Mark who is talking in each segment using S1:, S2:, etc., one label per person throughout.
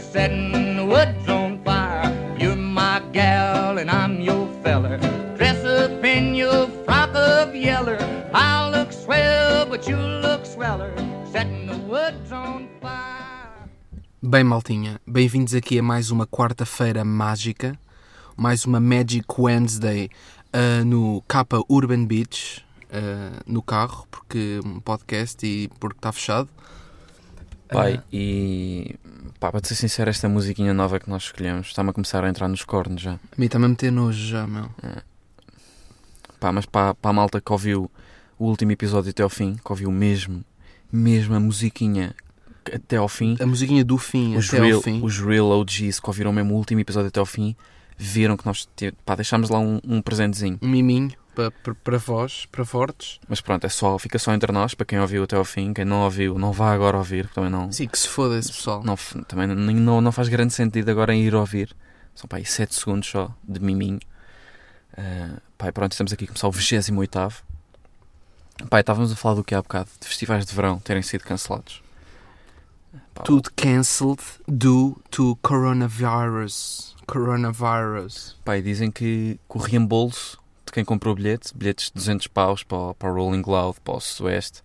S1: setting the woods on fire. You're my gal and I'm your feller. Dress up in your frock of yeller. I'll look swell, but you look sweller. Setting the woods on fire.
S2: Bem, maltinha, bem-vindos aqui a mais uma quarta-feira mágica, mais uma Magic Wednesday ah, no Capa Urban Beach, ah, no carro, porque um podcast e porque está fechado.
S3: Pai, e pá, para te ser sincero, esta musiquinha nova que nós escolhemos está-me a começar a entrar nos cornos já.
S2: A mim está-me a meter nojo já, meu.
S3: Pá, mas para, para a malta que ouviu o último episódio até ao fim, que ouviu mesmo, mesmo a musiquinha que- até ao fim,
S2: A musiquinha do fim
S3: os,
S2: até
S3: real,
S2: ao fim.
S3: os real OGs que ouviram mesmo o último episódio até ao fim, viram que nós te- pá, deixámos lá um, um presentezinho.
S2: Um miminho para, para, para vós, para fortes.
S3: Mas pronto, é só, fica só entre nós, para quem ouviu até ao fim, quem não ouviu, não vá agora ouvir, porque também não,
S2: Sim, que se foda esse pessoal.
S3: não, f- também não, não, não faz grande sentido agora ir ouvir. São pá, 7 segundos só de miminho. Ah, pá, e pronto, estamos aqui a começar o 28. Pá, e estávamos a falar do que há bocado, de festivais de verão terem sido cancelados. Pá,
S2: Tudo cancelled due to coronavirus. Coronavirus.
S3: pá, e dizem que, que o reembolso de quem comprou o bilhete, bilhetes de 200 paus para, o- para o Rolling Loud, para o Sudoeste,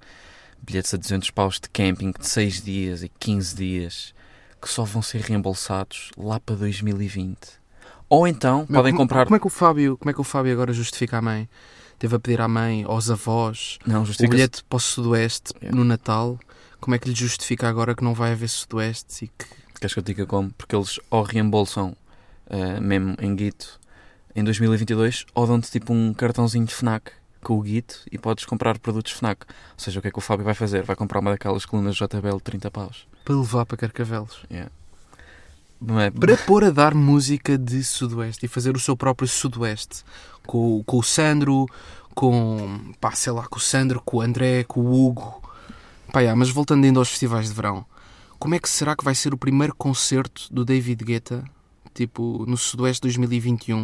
S3: bilhetes a 200 paus de camping de 6 dias e 15 dias, que só vão ser reembolsados lá para 2020. Ou então
S2: Meu,
S3: podem
S2: como-
S3: comprar
S2: Como é que o Fábio, como é que o Fábio agora justifica à mãe? Teve a pedir à mãe, aos avós,
S3: Não,
S2: o
S3: justifica
S2: bilhete para o Sudoeste
S3: Yeah.
S2: no Natal. Como é que lhe justifica agora que não vai haver Sudoeste e que
S3: Queres que eu te diga como? Porque eles ou reembolsam ah, mesmo em guito em 2022 ou dão-te tipo um cartãozinho de FNAC com o guito e podes comprar produtos FNAC. Ou seja, o que é que o Fábio vai fazer? Vai comprar uma daquelas colunas JBL de 30 paus.
S2: para levar para Carcavelos?
S3: Mas-
S2: Para pôr a dar música de Sudoeste e fazer o seu próprio Sudoeste com, o- com o Sandro, com pá, sei lá, com o Sandro, com o André, com o Hugo. Pá, yeah, mas voltando ainda aos festivais de verão, como é que será que vai ser o primeiro concerto do David Guetta, tipo, no Sudoeste 2021?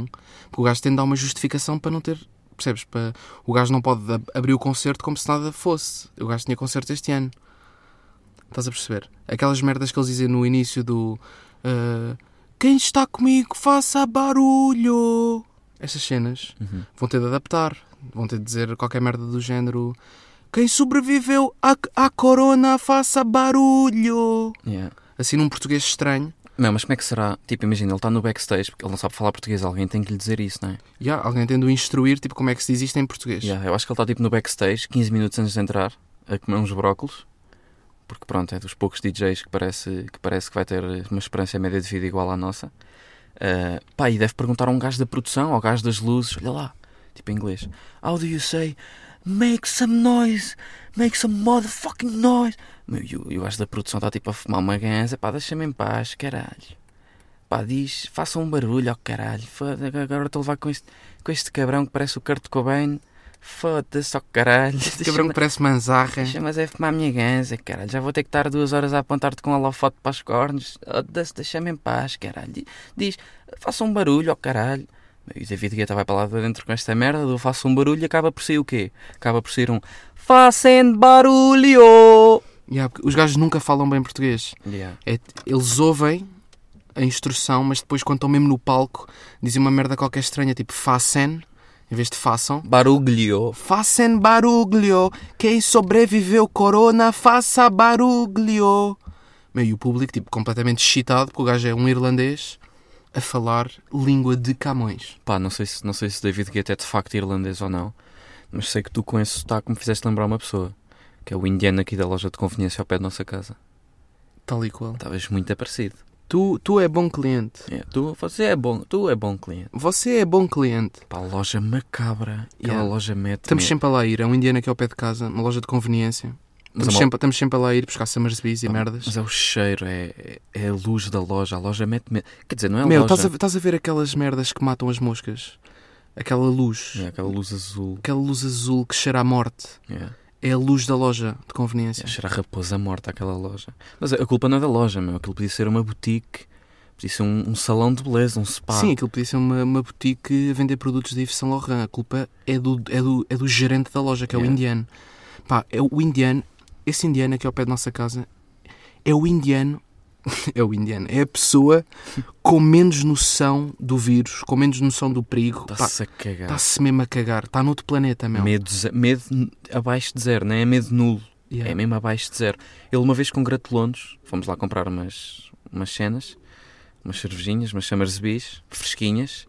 S2: Porque o gajo tem de dar uma justificação para não ter. Percebes? Para... O gajo não pode ab- abrir o concerto como se nada fosse. O gajo tinha concerto este ano. Estás a perceber? Aquelas merdas que eles dizem no início do. ah, Quem está comigo faça barulho! Essas cenas
S3: Uhum.
S2: vão ter de adaptar. Vão ter de dizer qualquer merda do género. Quem sobreviveu à, à corona faça barulho!
S3: Yeah.
S2: Assim num português estranho.
S3: Não, mas como é que será? Tipo, imagina, ele está no backstage porque ele não sabe falar português, alguém tem que lhe dizer isso, não é?
S2: Yeah, alguém tem de o instruir, tipo, como é que se diz isto em português.
S3: Yeah, eu acho que ele está tipo no backstage, 15 minutos antes de entrar, a comer uns brócolos. Porque pronto, é dos poucos DJs que parece que, parece que vai ter uma esperança média de vida igual à nossa. Ah, pá, e deve perguntar a um gajo da produção, ao gajo das luzes, olha lá, tipo em inglês. How do you say make some noise? Make some motherfucking noise. Meu, e o- e o gajo da produção está tipo a fumar uma ganza, pá, deixa-me em paz, caralho. Pá, diz, faça um barulho, ó caralho. Foda, agora estou a levar com este, com este cabrão que parece o Kurt Cobain. Foda-se, ó caralho.
S2: Este cabrão que parece manzarra.
S3: Deixa, mas é fumar a minha ganza, caralho. Já vou ter que estar duas horas a apontar-te com um holofote para os cornos. Oh, des- Deixa-me em paz, caralho. Di- Diz, faça um barulho, ó caralho. E o David Guetta vai para lá para dentro com esta merda do faça um barulho e acaba por sair o quê? Acaba por sair um façam barulho.
S2: Yeah, porque os gajos nunca falam bem português.
S3: Yeah.
S2: É- eles ouvem a instrução, mas depois, quando estão mesmo no palco, dizem uma merda qualquer estranha, tipo façam, em vez de façam.
S3: Barulho.
S2: Façam barulho, quem sobreviveu corona, faça barulho. Meu, e o público, tipo, completamente excitado, porque o gajo é um irlandês a falar língua de Camões.
S3: Pá, não sei se, não sei se David Guetta é de facto irlandês ou não, mas sei que tu com esse sotaque me fizeste lembrar uma pessoa, que é o indiano aqui da loja de conveniência ao pé da nossa casa.
S2: Tal e qual.
S3: Talvez muito parecido.
S2: Tu, tu é bom cliente.
S3: É, tu, você é bom, tu é bom cliente.
S2: Você é bom cliente.
S3: Pá, loja macabra. Aquela
S2: Yeah.
S3: loja mete.
S2: Estamos
S3: medo.
S2: sempre a lá ir, é um indiano aqui ao pé de casa, uma loja de conveniência.
S3: Mas
S2: Estamos,
S3: é uma-
S2: sempre, estamos sempre a lá ir buscar Summersbees e merdas.
S3: Mas é o cheiro, é, é- é a luz da loja. A loja mete. medo. Quer dizer, não é a
S2: Meu,
S3: loja.
S2: estás a, estás a ver aquelas merdas que matam as moscas? Aquela luz,
S3: É, aquela luz azul.
S2: aquela luz azul que cheira à morte.
S3: Yeah.
S2: É a luz da loja de conveniência.
S3: Yeah. É, Cheira a raposa morta aquela loja. Mas a culpa não é da loja, meu. Aquilo podia ser uma boutique, podia ser um, um salão de beleza, um spa.
S2: Sim, aquilo podia ser uma, uma boutique a vender produtos de Yves Saint Laurent. A culpa é do, é do, é do gerente da loja, que é o
S3: Yeah.
S2: indiano. Pá, é o indiano, esse indiano aqui ao pé da nossa casa, é o indiano é o indiano, é a pessoa com menos noção do vírus, com menos noção do perigo. Pá,
S3: Está-se a cagar.
S2: Está-se mesmo a cagar, está noutro planeta, meu.
S3: Medo, ze- medo n- abaixo de zero, não é medo nulo.
S2: Yeah.
S3: É mesmo abaixo de zero. Ele uma vez congratulonos, fomos lá comprar umas, umas cenas, umas cervejinhas, umas chamarzebies, fresquinhas.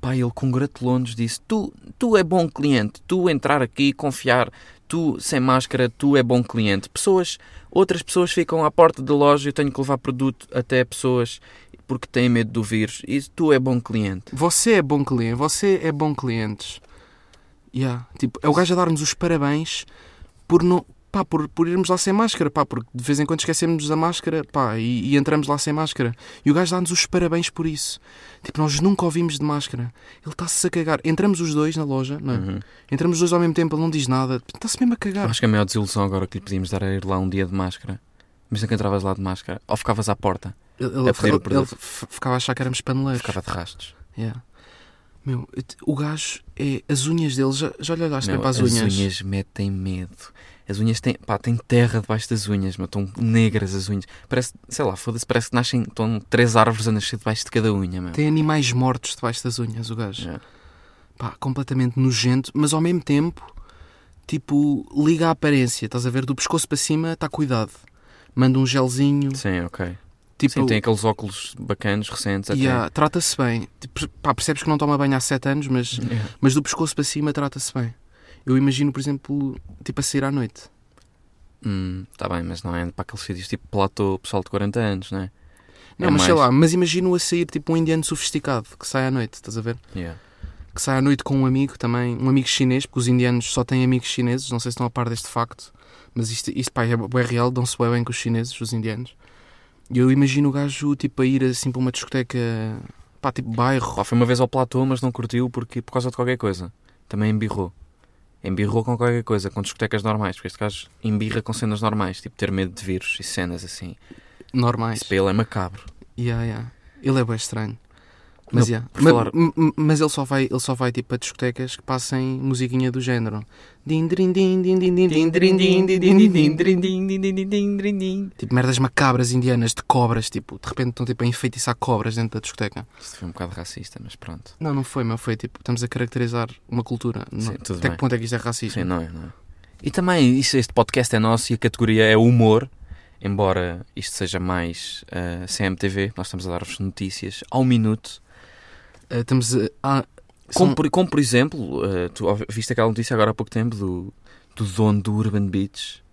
S3: Pá, ele congratulonos disse, tu, tu é bom cliente, tu entrar aqui, confiar, tu sem máscara, tu é bom cliente. Pessoas, outras pessoas ficam à porta da loja, eu tenho que levar produto até pessoas porque têm medo do vírus. E tu é bom cliente.
S2: Você é bom cliente, você é bom clientes. Yeah. Tipo, é o gajo a dar-nos os parabéns por não. Pá, por, por irmos lá sem máscara, pá, porque de vez em quando esquecemos a máscara, pá, e, e entramos lá sem máscara. E o gajo dá-nos os parabéns por isso. Tipo, nós nunca ouvimos de máscara. Ele está-se a cagar. Entramos os dois na loja, não é?
S3: Uhum.
S2: Entramos os dois ao mesmo tempo, ele não diz nada. Está-se mesmo a cagar.
S3: Acho que a maior desilusão agora que lhe podíamos dar era ir lá um dia de máscara. Imagina que entravas lá de máscara. Ou ficavas à porta.
S2: Ele,
S3: a é pedir o
S2: ele-
S3: produto.
S2: ele f- ficava a achar que éramos paneleiros.
S3: Ficava de rastos.
S2: Yeah. Meu, it- o gajo é. As unhas dele, já, já lhe olhaste
S3: Meu,
S2: bem para as
S3: as
S2: unhas?
S3: unhas metem medo. As unhas têm... Pá, tem terra debaixo das unhas, meu. Estão negras as unhas. Parece... Sei lá, foda-se. Parece que nascem... Estão três árvores a nascer debaixo de cada unha, meu.
S2: Tem animais mortos debaixo das unhas, o gajo.
S3: Yeah.
S2: Pá, completamente nojento, mas ao mesmo tempo, tipo, liga a aparência, estás a ver? Do pescoço para cima, está cuidado. Manda um gelzinho,
S3: Sim, ok.
S2: tipo,
S3: Sim, tem aqueles óculos bacanos, recentes até.
S2: yeah, trata-se bem. Tipo, pá, percebes que não toma banho há 7 anos, mas,
S3: Yeah.
S2: mas do pescoço para cima trata-se bem. Eu imagino, por exemplo, tipo, a sair à noite.
S3: Hum, tá bem, mas não é para aqueles sítios tipo platô, pessoal de 40 anos, não é?
S2: Não,
S3: É
S2: mas sei
S3: mais.
S2: lá, mas imagino a sair tipo um indiano sofisticado que sai à noite, estás a ver?
S3: Yeah.
S2: que sai à noite com um amigo também, um amigo chinês, porque os indianos só têm amigos chineses, não sei se estão a par deste facto, mas isto, isto pá, é, bué real, dão-se bem, bem com os chineses, os indianos. E eu imagino o gajo, tipo, a ir assim para uma discoteca, pá, tipo bairro.
S3: Pá, foi uma vez ao platô, mas não curtiu porque, por causa de qualquer coisa. Também embirrou. Embirrou com qualquer coisa, com discotecas normais, porque este gajo embirra com cenas normais, tipo ter medo de vírus e cenas assim.
S2: Normais.
S3: Isso para ele é macabro.
S2: Yeah, yeah. Ele é bem estranho. Mas,
S3: Não,
S2: yeah.
S3: por
S2: Ma-
S3: falar-
S2: m- m- mas ele só vai, ele só vai tipo a discotecas que passem musiquinha do género. Din, din, din, din, din, din, din, din, din, din, din, din, din. Tipo merdas macabras indianas de cobras, tipo, de repente estão tipo a enfeitiçar cobras dentro da discoteca.
S3: Isto foi um bocado racista, mas pronto.
S2: Não, não foi, meu. Foi tipo, estamos a caracterizar uma cultura. Não-
S3: tudo
S2: Até
S3: bem.
S2: que ponto é que isto é racismo?
S3: Sim, não é, não é? E também, isso, este podcast é nosso e a categoria é humor, embora isto seja mais ah, CMTV, nós estamos a dar-vos notícias ao minuto.
S2: Ah, estamos a. ah,
S3: Como,
S2: são-
S3: por, como por exemplo, eh, tu ouvi- viste aquela notícia agora há pouco tempo do, do dono do Urban Beach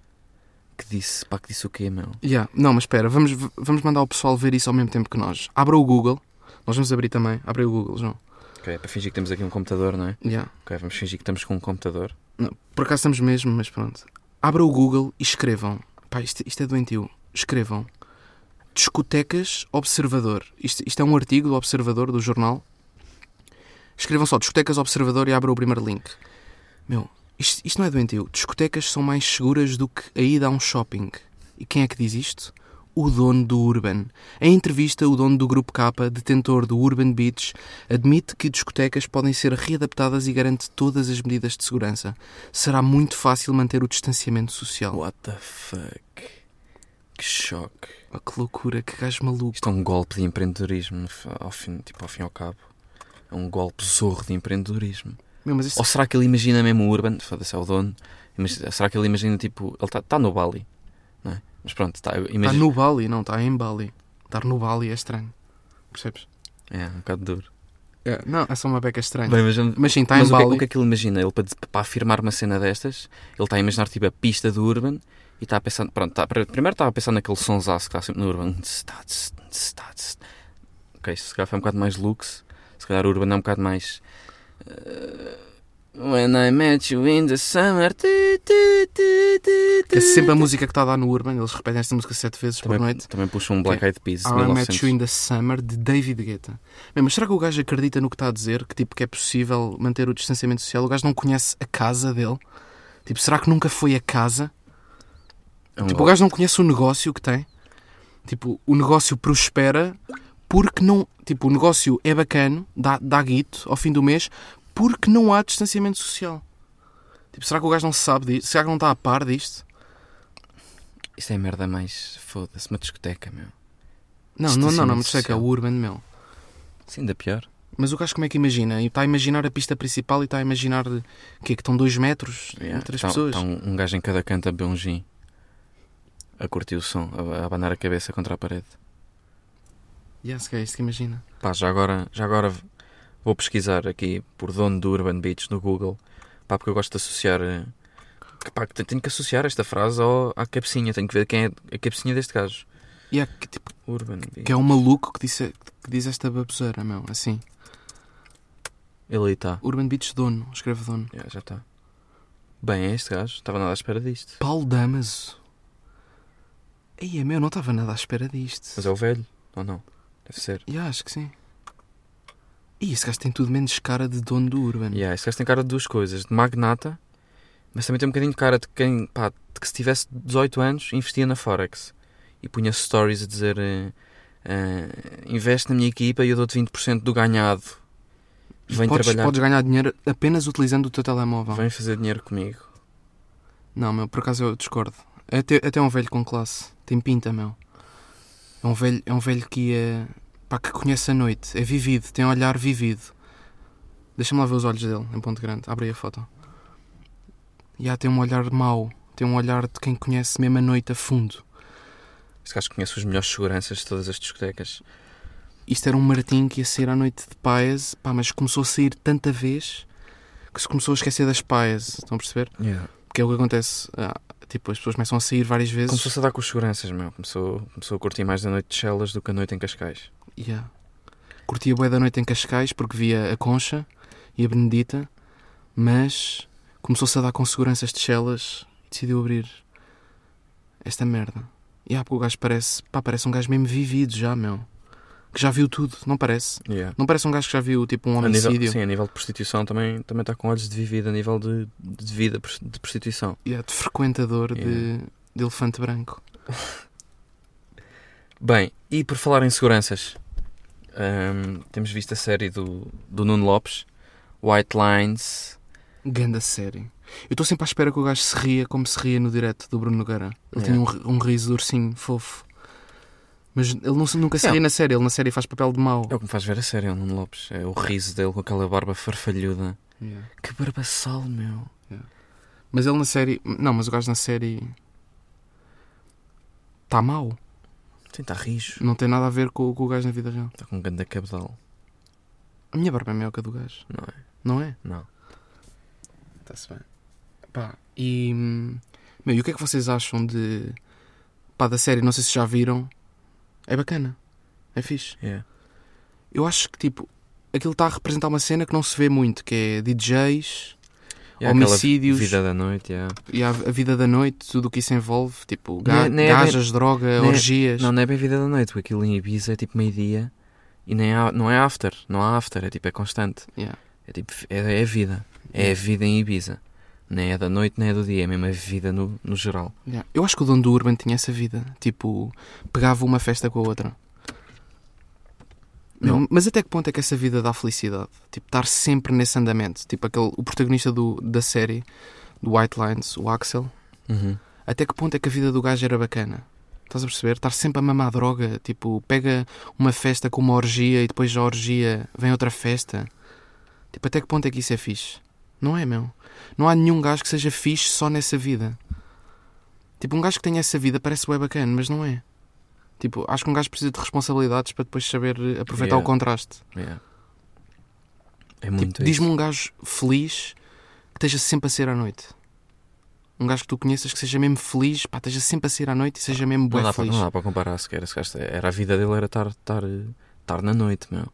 S3: que disse, pá, que disse o quê, meu?
S2: Yeah. Não, mas espera, vamos, v- vamos mandar o pessoal ver isso ao mesmo tempo que nós. Abra o Google. Nós vamos abrir também. Abre o Google, João.
S3: Ok, é para fingir que temos aqui um computador, não é?
S2: Yeah.
S3: Ok, vamos fingir que estamos com um computador.
S2: Por acaso estamos mesmo, mas pronto. Abra o Google e escrevam. Pá, isto, isto é doentio. Escrevam. Discotecas Observador. Isto, isto é um artigo do Observador, do jornal. Escrevam só Discotecas Observador e abra o primeiro link. Meu, isto, isto não é doentio. Discotecas são mais seguras do que a ida a um shopping. E quem é que diz isto? O dono do Urban. Em entrevista, o dono do Grupo K, detentor do Urban Beach, admite que discotecas podem ser readaptadas e garante todas as medidas de segurança. Será muito fácil manter o distanciamento social.
S3: What the fuck? Que choque.
S2: Ah, Que loucura, que gajo maluco.
S3: Isto é um golpe de empreendedorismo, no fi- ao fim, tipo, ao fim e ao cabo. É um golpe zorro de empreendedorismo.
S2: Meu, mas isto-
S3: Ou será que ele imagina mesmo o Urban, foda-se, é o dono, mas será que ele imagina, tipo, ele está tá no Bali, não é? Mas pronto, está,
S2: está
S3: imagina...
S2: Tá no Bali, não, está em Bali. Estar no Bali é estranho. Percebes?
S3: É, um bocado duro.
S2: Não, é só uma beca estranha.
S3: Bem, mas vamos-
S2: mas sim, está
S3: mas
S2: em
S3: o que, é-
S2: Bali.
S3: o que é que ele imagina? Ele para, para afirmar uma cena destas, ele está a imaginar tipo a pista do Urban e está a pensar, pronto, está, primeiro estava a pensar naquele sonsaço que está sempre no Urban. Tss, tá, tss, tss, tá, tss. Ok, isto se calhar foi um bocado mais luxo, se calhar o Urban é um bocado mais. eh, when I met you in the summer. tu, tu, tu, tu, tu.
S2: É sempre a música que está a dar no Urban, eles repetem esta música sete vezes
S3: também,
S2: por noite. Ah,
S3: também puxa um Black Eyed Peas de
S2: I Met You
S3: 1900.
S2: in the Summer, de David Guetta. Bem, mas será que o gajo acredita no que está a dizer? Que tipo que é possível manter o distanciamento social? O gajo não conhece a casa dele? Tipo, será que nunca foi a casa?
S3: É um
S2: tipo, o
S3: golpe.
S2: gajo não conhece o negócio que tem? Tipo, o negócio prospera porque não... Tipo, o negócio é bacano, dá, dá guito ao fim do mês, porque não há distanciamento social. Tipo, será que o gajo não sabe disto? Será que não está a par disto?
S3: Isto é merda mais. Foda-se, uma discoteca, meu.
S2: Não, não, não, não me
S3: Distanciamento
S2: destaca, é o Urban, meu.
S3: Sim, é ainda pior.
S2: Mas o gajo como é que imagina? E Está a imaginar a pista principal e está a imaginar de- que é que estão dois metros entre as
S3: tá,
S2: pessoas.
S3: tá um, um gajo em cada canto a beber um gin, a curtir o som, a, a abanar a cabeça contra a parede.
S2: Yeah, se calhar é isso que imagina.
S3: Pá, já agora, já agora vou pesquisar aqui por dono do Urban Beach no Google, pá, porque eu gosto de associar. eh, que, Pá, que te- tenho que associar esta frase ao, à cabecinha, tenho que ver quem é a cabecinha deste gajo.
S2: Yeah, que, tipo,
S3: Urban Beach.
S2: que é um maluco que, disse, que diz esta baboseira, meu. Assim.
S3: Ele aí está.
S2: Urban Beach dono, escreve dono.
S3: Já, já está. Bem, é este gajo, estava nada à espera disto.
S2: Paulo Damaso. Aí é meu, não estava nada à espera disto.
S3: Mas é o velho, ou não? Deve ser.
S2: Yeah, acho que sim. E esse gajo tem tudo menos cara de dono do Urban.
S3: E yeah, este gajo tem cara de duas coisas: de magnata, mas também tem um bocadinho de cara de quem, pá, de que se tivesse 18 anos investia na Forex e punha stories a dizer: eh, eh, investe na minha equipa e eu dou-te 20% do ganhado. Vem
S2: podes,
S3: trabalhar,
S2: podes ganhar dinheiro apenas utilizando o teu telemóvel.
S3: vem fazer dinheiro comigo.
S2: Não, meu, por acaso eu discordo. É Até, até um velho com classe. Tem pinta, meu. É um velho, é um velho que ia. Pá, que conhece a noite. É vivido, tem um olhar vivido. Deixa-me lá ver os olhos dele, em ponto grande. Abre aí a foto. E há, tem um olhar mau. Tem um olhar de quem conhece mesmo a noite a fundo.
S3: Este gajo conhece os melhores seguranças de todas as discotecas.
S2: Isto era um Martim que ia sair à noite de paias, pá, mas começou a sair tanta vez que se começou a esquecer das paias. Estão a perceber? Porque é o que acontece. Ah, tipo, as pessoas começam a sair várias vezes.
S3: Começou-se a dar com os seguranças, meu. Começou, começou a curtir mais a noite de Chelas do que a noite em Cascais.
S2: Yeah. Curtia bué da noite em Cascais porque via a Concha e a Benedita, mas começou-se a dar com seguranças de chelas e decidiu abrir esta merda. E yeah, porque o gajo parece, pá, parece um gajo mesmo vivido já, meu. Que já viu tudo, não parece?
S3: Yeah.
S2: Não parece um gajo que já viu tipo um
S3: A nível-
S2: homicídio?
S3: sim, a nível de prostituição também também está com olhos de vivida, a nível de, de vida pros- de prostituição.
S2: Yeah, de frequentador de,
S3: Yeah.
S2: de elefante branco.
S3: Bem, e por falar em seguranças, hum, temos visto a série do, do Nuno Lopes, White Lines.
S2: Ganda série. Eu estou sempre à espera que o gajo se ria como se ria no direto do Bruno Nogueira. Ele
S3: Yeah.
S2: tinha um, ri- um riso de ursinho fofo. Mas ele não se- nunca se
S3: É.
S2: ria na série. Ele na série faz papel de mau.
S3: É o que me faz ver a série, é o Nuno Lopes. É o riso dele com aquela barba farfalhuda.
S2: Yeah.
S3: Que barbaçal, meu.
S2: Mas ele na série... Não, mas o gajo na série... Está mau.
S3: Sim, está rijo.
S2: Não tem nada a ver com, com o gajo na vida real.
S3: Está com um grande cabedal.
S2: A minha barba é maior que a do gajo.
S3: Não é?
S2: Não é?
S3: Não.
S2: Está-se bem. Pá, e... hum, Meu, e o que é que vocês acham de... Pá, da série? Não sei se já viram. É bacana. É fixe.
S3: Yeah.
S2: Eu acho que, tipo, aquilo está a representar uma cena que não se vê muito, que é DJs
S3: E há aquela
S2: Homicídios.
S3: Vida da noite, yeah.
S2: e a, a vida da noite, tudo o que isso envolve, tipo, ga
S3: Não é- não é
S2: gajas, droga,
S3: não é-
S2: orgias.
S3: Não, não é bem vida da noite, porque aquilo em Ibiza é tipo meio-dia e nem há- não é after, não há after, é tipo, é constante.
S2: Yeah.
S3: É tipo, é, é a vida. É a vida em Ibiza. Nem é da noite, nem é do dia, é mesmo a vida no, no geral.
S2: Yeah. Eu acho que o dono do Urban tinha essa vida, tipo, pegava uma festa com a outra.
S3: Não.
S2: Meu, Mas até que ponto é que essa vida dá felicidade? Tipo, estar sempre nesse andamento. Tipo, aquele, o protagonista do, da série, do White Lines, o Axel,
S3: Uhum.
S2: Até que ponto é que a vida do gajo era bacana? Estás a perceber? Estar sempre a mamar droga, tipo, pega uma festa com uma orgia e depois da orgia vem outra festa. Tipo, até que ponto é que isso é fixe? Não é, meu? Não há nenhum gajo que seja fixe só nessa vida. Tipo, um gajo que tenha essa vida parece bem bacana, mas não é. Tipo, acho que um gajo precisa de responsabilidades para depois saber eh, aproveitar o
S3: Yeah.
S2: contraste.
S3: Yeah. É muito
S2: Tipo,
S3: isso.
S2: diz-me um gajo feliz que esteja sempre a ser à noite. Um gajo que tu conheças que seja mesmo feliz, pá, esteja sempre a ser à noite e seja mesmo
S3: não,
S2: bué
S3: dá para,
S2: feliz.
S3: não dá para comparar sequer. Esse gajo Era a vida dele, era estar, estar, eh, estar na noite, meu.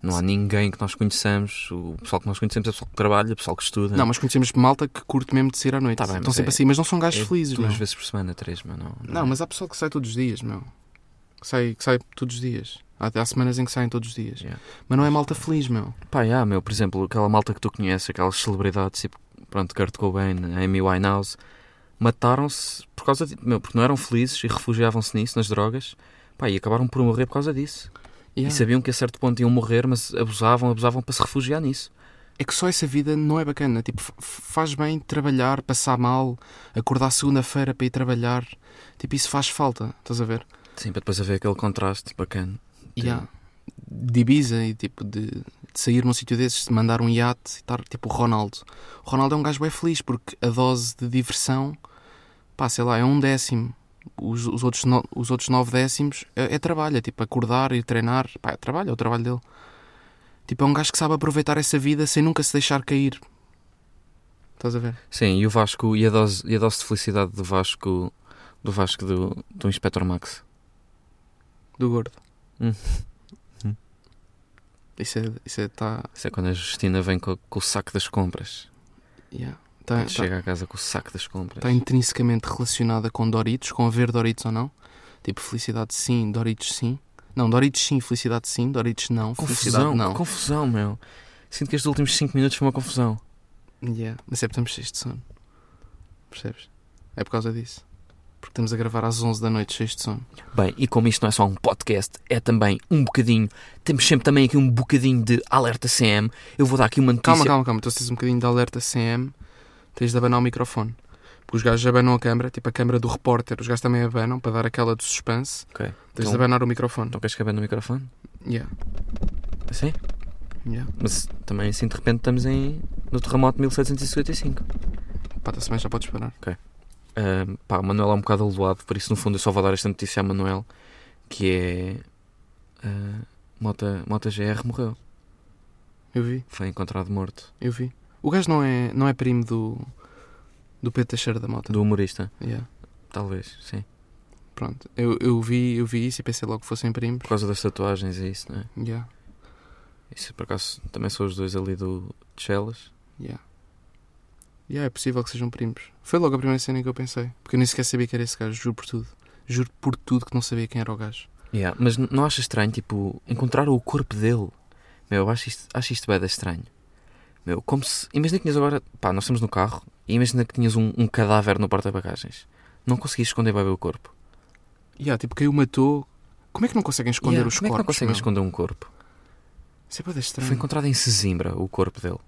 S3: Não há ninguém que nós conheçamos. O pessoal que nós conhecemos é o pessoal que trabalha, o pessoal que estuda.
S2: Não, mas conhecemos malta que curte mesmo de ser à noite.
S3: Tá bem,
S2: Estão
S3: mas
S2: sempre
S3: é-
S2: assim, mas não são
S3: é
S2: gajos felizes,
S3: duas
S2: meu.
S3: vezes por semana, três, meu. Não,
S2: Não, mas há pessoal que sai todos os dias, meu. Que sai, que sai todos os dias. Há, há semanas em que saem todos os dias.
S3: Yeah.
S2: Mas não é malta feliz, meu.
S3: Pá, yeah, meu, por exemplo, aquela malta que tu conheces, aquelas celebridades, tipo, pronto, Kurt Cobain, Amy Winehouse, mataram-se por causa de, meu, porque não eram felizes e refugiavam-se nisso, nas drogas, pá, e acabaram por morrer por causa disso.
S2: Yeah.
S3: E sabiam que a certo ponto iam morrer, mas abusavam, abusavam para se refugiar nisso.
S2: É que só essa vida não é bacana. Tipo, f- faz bem trabalhar, passar mal, acordar segunda-feira para ir trabalhar. Tipo, isso faz falta, estás a ver?
S3: Sim, para depois haver aquele contraste bacana.
S2: E há de Ibiza e tipo de, de sair num sítio desses, de mandar um iate e estar tipo o Ronaldo. O Ronaldo é um gajo bem feliz porque a dose de diversão, pá, sei lá, é um décimo. Os, os outros, no- os outros nove décimos é, é trabalho, é tipo acordar, ir treinar, pá, é trabalho, é o trabalho dele. Tipo, é um gajo que sabe aproveitar essa vida sem nunca se deixar cair. Estás a ver?
S3: Sim, e o Vasco, e a dose, e a dose de felicidade do Vasco, do Vasco do, do Inspector Max.
S2: Do gordo.
S3: Hum. Hum.
S2: Isso é. Isso é. Tá,
S3: Isso é quando a Justina vem co- com, o saco das compras.
S2: yeah. tá, tá,
S3: Chega a casa com o saco das compras.
S2: está intrinsecamente relacionada com Doritos, com haver Doritos ou não. Tipo, felicidade sim, Doritos sim. Não, Doritos sim, felicidade sim, Doritos não,
S3: confusão,
S2: felicidade não.
S3: que confusão, meu. Sinto que estes últimos 5 minutos foi uma confusão.
S2: Yeah. Mas é porque estamos cheios de sono. Percebes? É por causa disso. Porque estamos a gravar às 11 da noite cheios de sono.
S3: Bem, e como isto não é só um podcast, é também um bocadinho. Temos sempre também aqui um bocadinho de alerta CM. Eu vou dar aqui uma notícia.
S2: Calma, calma, calma. Então, se tens um bocadinho de alerta CM, tens de abanar o microfone. Porque os gajos abanam a câmara, tipo a câmara do repórter, os gajos também abanam para dar aquela do suspense.
S3: Ok.
S2: Tens de
S3: Então,
S2: abanar o microfone.
S3: então queres que abane no microfone?
S2: Yeah,
S3: Assim?
S2: yeah.
S3: Mas também assim de repente estamos em no terremoto de 1755.
S2: Pá, está-se bem, já podes parar.
S3: Ahm, pá, o Manuel é um bocado aloado, por isso no fundo eu só vou dar esta notícia a Manuel, que é. ah, Mota, Mota GR morreu.
S2: Eu vi.
S3: Foi encontrado morto.
S2: Eu vi. O gajo não é, não é primo do, do Pedro Teixeira da Mota.
S3: Do humorista,
S2: Yeah.
S3: talvez, sim.
S2: Pronto. Eu, eu, vi, eu vi isso e pensei logo que fossem primos.
S3: Por causa das tatuagens e isso, não é?
S2: Yeah.
S3: Isso por acaso também são os dois ali do Chelas.
S2: Yeah. Yeah, é possível que sejam primos. Foi logo a primeira cena que eu pensei. Porque eu nem sequer sabia que era esse gajo, juro por tudo. Juro por tudo que não sabia quem era o gajo.
S3: Yeah, mas n- não achas estranho, tipo, encontraram o corpo dele? Meu, eu acho isto, acho isto bem estranho. Meu, como se. Imagina que tinhas agora. Pá, nós estamos no carro e imagina que tinhas um, um cadáver no porta-bagagens. Não conseguias esconder bem o corpo.
S2: Yeah, tipo, quem o matou. Como é que não conseguem esconder
S3: Yeah,
S2: os
S3: como é que não
S2: corpos?
S3: conseguem
S2: meu?
S3: esconder um corpo? Hum.
S2: Isso é bué de estranho.
S3: Foi encontrado em Sesimbra o corpo dele.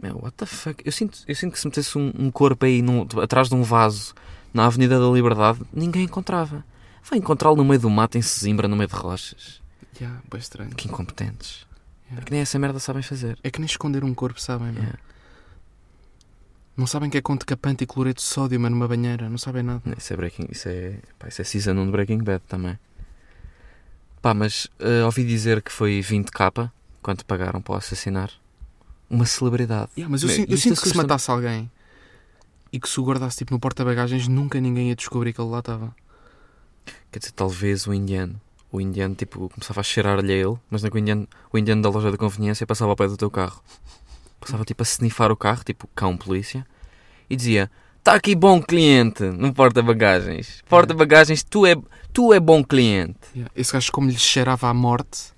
S3: Meu, what the fuck? Eu sinto, eu sinto que se metesse um, um corpo aí num- atrás de um vaso na Avenida da Liberdade, ninguém encontrava. Vai encontrá-lo no meio do mato em Sesimbra, no meio de rochas.
S2: Yeah, bué estranho.
S3: Que incompetentes.
S2: Yeah.
S3: É que nem essa merda sabem fazer.
S2: É que nem esconder um corpo, sabem, meu?
S3: Yeah.
S2: Não sabem que é com decapante e cloreto de sódio, mas numa banheira. Não sabem nada.
S3: Isso é Breaking... Isso é... Pá, isso é season 1 de Breaking Bad também. Pá, mas eh, ouvi dizer que foi 20k quanto pagaram para o assassinar. Uma celebridade.
S2: Yeah, mas eu,
S3: Meu,
S2: sin- eu
S3: isto
S2: sinto que se
S3: assusta-me.
S2: matasse alguém e que se o guardasse tipo, no porta-bagagens, nunca ninguém ia descobrir que ele lá estava.
S3: Quer dizer, talvez o indiano. O indiano, tipo, começava a cheirar-lhe a ele, mas não é que o indiano, o indiano da loja de conveniência passava ao pé do teu carro. Passava, tipo, a snifar o carro, tipo, cão polícia, e dizia, tá aqui bom cliente no porta-bagagens. Porta-bagagens, tu é, tu é bom cliente.
S2: Yeah. Esse gajo, como lhe cheirava à morte,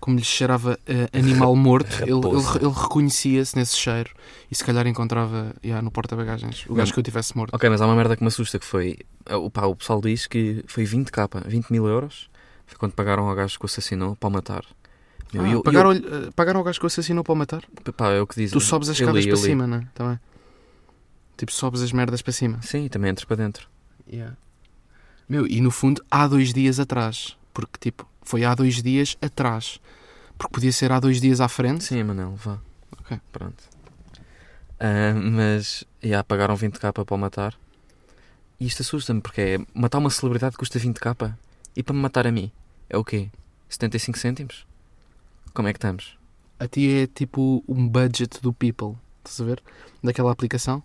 S2: como lhe cheirava a animal morto, ele,
S3: raposa.
S2: ele- ele reconhecia-se nesse cheiro e se calhar encontrava yeah, no porta-bagagens o gajo que eu tivesse morto.
S3: Ok, mas há uma merda que me assusta, que foi... eh, O, pá, o pessoal diz que foi 20 capa, 20 mil euros, foi quando pagaram ao gajo que o assassinou para o matar. Meu,
S2: Ah,
S3: eu- eu-
S2: pagaram-lhe, eh, pagaram ao gajo que o assassinou para o matar?
S3: pá, é o que dizem.
S2: Tu sobes as
S3: Eu li,
S2: escadas
S3: eu
S2: para
S3: li.
S2: cima, não é? Também. Tipo, sobes as merdas para cima.
S3: Sim, e também entras para dentro.
S2: Meu, e no fundo, há dois dias atrás. Porque, tipo, foi há dois dias atrás. Porque podia ser há dois dias à frente.
S3: Sim, Manel, vá.
S2: Ok.
S3: Pronto. Ah, mas, já, pagaram 20k para o matar. E isto assusta-me, porque é, matar uma celebridade custa 20k. E para me matar a mim, é o quê? 75 cêntimos? Como é que estamos?
S2: A ti é tipo um budget do People. Estás a ver? Daquela aplicação.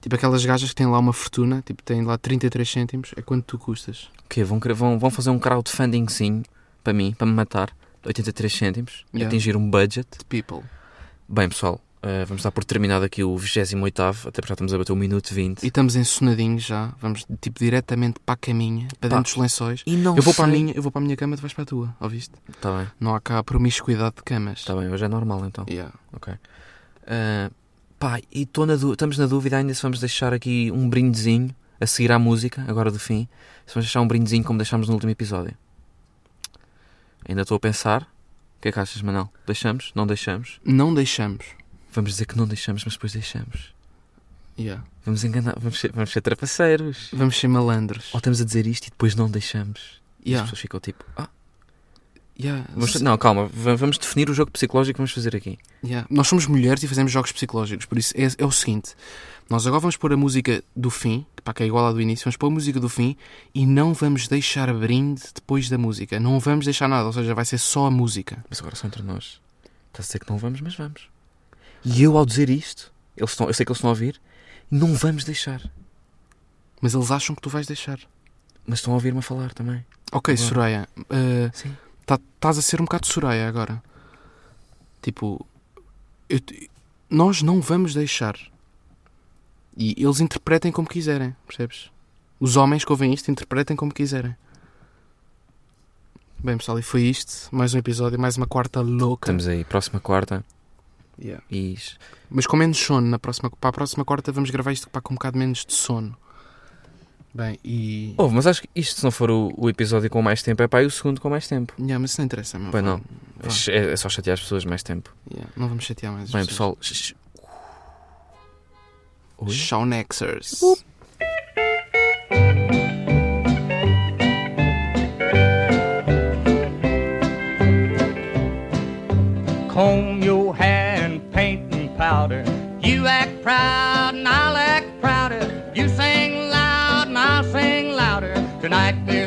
S2: Tipo, aquelas gajas que têm lá uma fortuna. Tipo, têm lá 33 cêntimos. É quanto tu custas.
S3: O quê? Vão, querer- vão, vão fazer um crowdfunding sim, para mim, para me matar, de 83 cêntimos, e
S2: Yeah.
S3: atingir um budget.
S2: De People.
S3: Bem, pessoal, ah, vamos dar por terminado aqui o 28º, até porque já estamos a bater o minuto 20.
S2: E estamos ensonadinhos já. Vamos, tipo, diretamente para a caminha. Para
S3: Pá.
S2: dentro dos lençóis.
S3: E não
S2: eu vou para a
S3: sei-
S2: minha, eu vou para a minha cama, tu vais para a tua. Ouviste?
S3: Tá bem,
S2: Não há cá promiscuidade de camas.
S3: tá bem, hoje é normal então.
S2: Yeah.
S3: Uh, pá, e tô na dú- estamos na dúvida ainda se vamos deixar aqui um brindezinho a seguir à música, agora do fim. Se vamos deixar um brindezinho como deixámos no último episódio. Ainda estou a pensar. O que é que achas, Manel? Deixamos? Não deixamos?
S2: Não deixamos.
S3: Vamos dizer que não deixamos, mas depois deixamos.
S2: Yeah.
S3: Vamos enganar, vamos ser, vamos ser trapaceiros.
S2: Vamos ser malandros.
S3: Ou estamos a dizer isto e depois não deixamos. E as
S2: Yeah.
S3: pessoas ficam tipo, ah,
S2: Yeah.
S3: vamos- não, calma, va- vamos definir o jogo psicológico que vamos fazer aqui.
S2: Yeah. Nós somos mulheres e fazemos jogos psicológicos, por isso é, é o seguinte: nós agora vamos pôr a música do fim, que, pá, que é igual à do início, vamos pôr a música do fim e não vamos deixar brinde depois da música. Não vamos deixar nada, ou seja, vai ser só a música.
S3: Mas agora só entre nós. Estás a dizer que não vamos, mas vamos. E eu, ao dizer isto, eles estão, eu sei que eles estão a ouvir, não vamos deixar.
S2: Mas eles acham que tu vais deixar.
S3: Mas estão a ouvir-me a falar também.
S2: Ok,
S3: Agora.
S2: Soraya, eh,
S3: Sim.
S2: tá- estás a ser um bocado Soraya agora. Tipo, eu te- nós não vamos deixar. E eles interpretem como quiserem, percebes? Os homens que ouvem isto interpretem como quiserem. Bem, pessoal, e foi isto. Mais um episódio, mais uma quarta louca.
S3: Estamos aí, próxima quarta.
S2: Yeah.
S3: E
S2: Mas com menos sono, na próxima, para a próxima quarta vamos gravar isto pá, com um bocado menos de sono. Bem, e.
S3: Oh, mas acho que isto, se não for o, o episódio com mais tempo, é pá, e o segundo com mais tempo.
S2: Yeah, mas isso não interessa, meu.
S3: Pois não.
S2: Vá.
S3: É, é só chatear as pessoas mais tempo.
S2: Yeah, não vamos chatear mais. as
S3: Bem,
S2: pessoas.
S3: pessoal. sh- sh- Oi?
S2: Shawn Nexers.
S1: comb your hair and paint and powder. You act proud and I'll act prouder. You sing loud and I'll sing louder. Tonight we're